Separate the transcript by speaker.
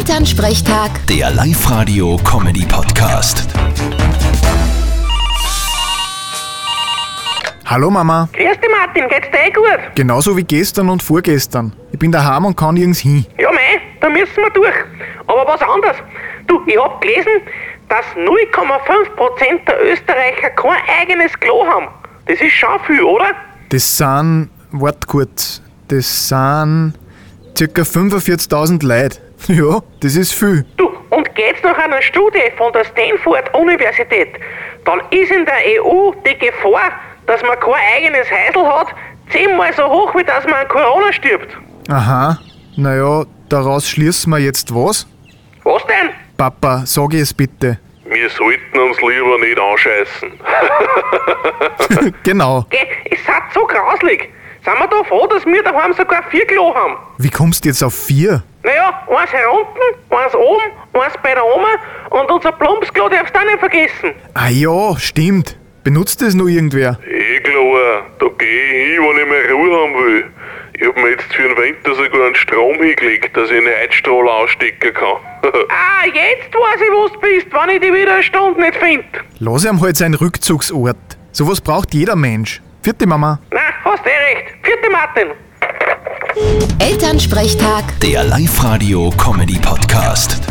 Speaker 1: Elternsprechtag,
Speaker 2: Der Live-Radio-Comedy-Podcast.
Speaker 3: Hallo Mama,
Speaker 4: Grüß dich, Martin, geht's dir eh gut?
Speaker 3: genauso wie gestern und vorgestern. Ich bin daheim und kann nirgends hin.
Speaker 4: Ja, mei, da müssen wir durch. Aber was anderes. Du, ich hab gelesen, dass 0,5% der Österreicher kein eigenes Klo haben. Das ist schon viel, oder?
Speaker 3: Das sind, wart kurz, das sind ca. 45.000 Leute. Ja, das ist viel.
Speaker 4: Du, und geht's nach einer Studie von der Stanford Universität, dann ist in der EU die Gefahr, dass man kein eigenes Heisel hat, zehnmal so hoch, wie dass man an Corona stirbt.
Speaker 3: Aha, naja, daraus schließen wir jetzt was?
Speaker 4: Was denn?
Speaker 3: Papa, sag ich es bitte.
Speaker 5: Wir sollten uns lieber nicht anscheißen.
Speaker 3: genau.
Speaker 4: Geh, es ist so grauslig. Sind wir da froh, dass wir daheim sogar vier Klo haben?
Speaker 3: Wie kommst du jetzt auf vier?
Speaker 4: Naja, eins hier unten, eins oben, eins bei der Oma und unser Plumpsklo darfst du auch nicht vergessen.
Speaker 3: Ah ja, stimmt. Benutzt das nur irgendwer?
Speaker 5: Eh klar, da gehe ich hin, wenn ich mehr Ruhe haben will. Ich hab mir jetzt für den Winter sogar einen Strom hingelegt, dass ich einen Heizstrahler ausstecken kann.
Speaker 4: Ah, jetzt weiß ich, wo du bist, wenn ich dich wieder eine Stunde nicht finde.
Speaker 3: Lass ihm halt seinen Rückzugsort. Sowas braucht jeder Mensch. Vierte Mama.
Speaker 4: Na, hast eh recht. Vierte Martin.
Speaker 1: Elternsprechtag.
Speaker 2: Der Live-Radio-Comedy-Podcast.